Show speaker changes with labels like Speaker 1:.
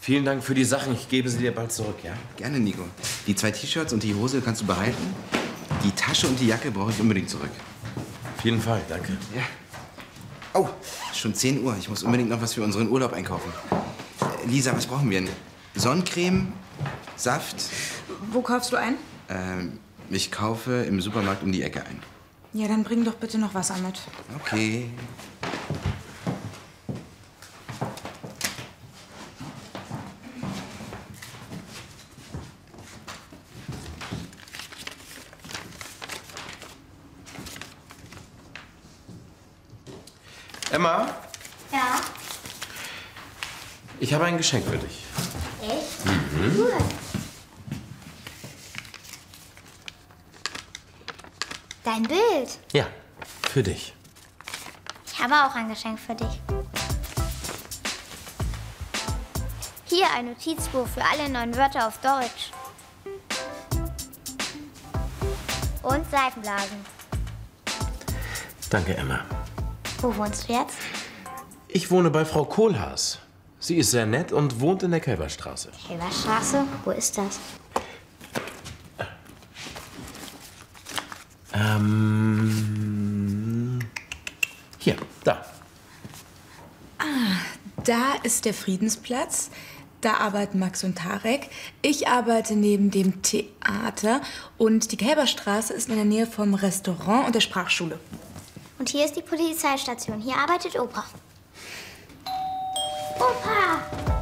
Speaker 1: Vielen Dank für die Sachen. Ich gebe sie dir bald zurück, ja?
Speaker 2: Gerne, Nico. Die zwei T-Shirts und die Hose kannst du behalten. Die Tasche und die Jacke brauche ich unbedingt zurück.
Speaker 1: Auf jeden Fall, danke.
Speaker 2: Ja. Oh, schon 10 Uhr. Ich muss unbedingt noch was für unseren Urlaub einkaufen. Äh, Lisa, was brauchen wir denn? Sonnencreme, Saft.
Speaker 3: Wo kaufst du ein?
Speaker 2: Ähm, ich kaufe im Supermarkt um die Ecke ein.
Speaker 3: Ja, dann bring doch bitte noch Wasser mit.
Speaker 2: Okay.
Speaker 1: Emma,
Speaker 4: Ja,
Speaker 1: ich habe ein Geschenk für dich.
Speaker 4: echt? Cool. Dein Bild.
Speaker 1: Ja, für dich.
Speaker 4: Ich habe auch ein Geschenk für dich. Hier ein Notizbuch für alle neuen Wörter auf Deutsch. Und Seifenblasen.
Speaker 1: Danke, Emma.
Speaker 4: Wo wohnst du jetzt?
Speaker 1: Ich wohne bei Frau Kohlhaas. Sie ist sehr nett und wohnt in der Kälberstraße.
Speaker 4: Hilberstraße. Wo ist das?
Speaker 1: Ähm. Hier, da.
Speaker 3: Da ist der Friedensplatz. Da arbeiten Max und Tarek. Ich arbeite neben dem Theater. Und die Kälberstraße ist in der Nähe vom Restaurant und der Sprachschule.
Speaker 4: Und hier ist die Polizeistation. Hier arbeitet Opa. Opa!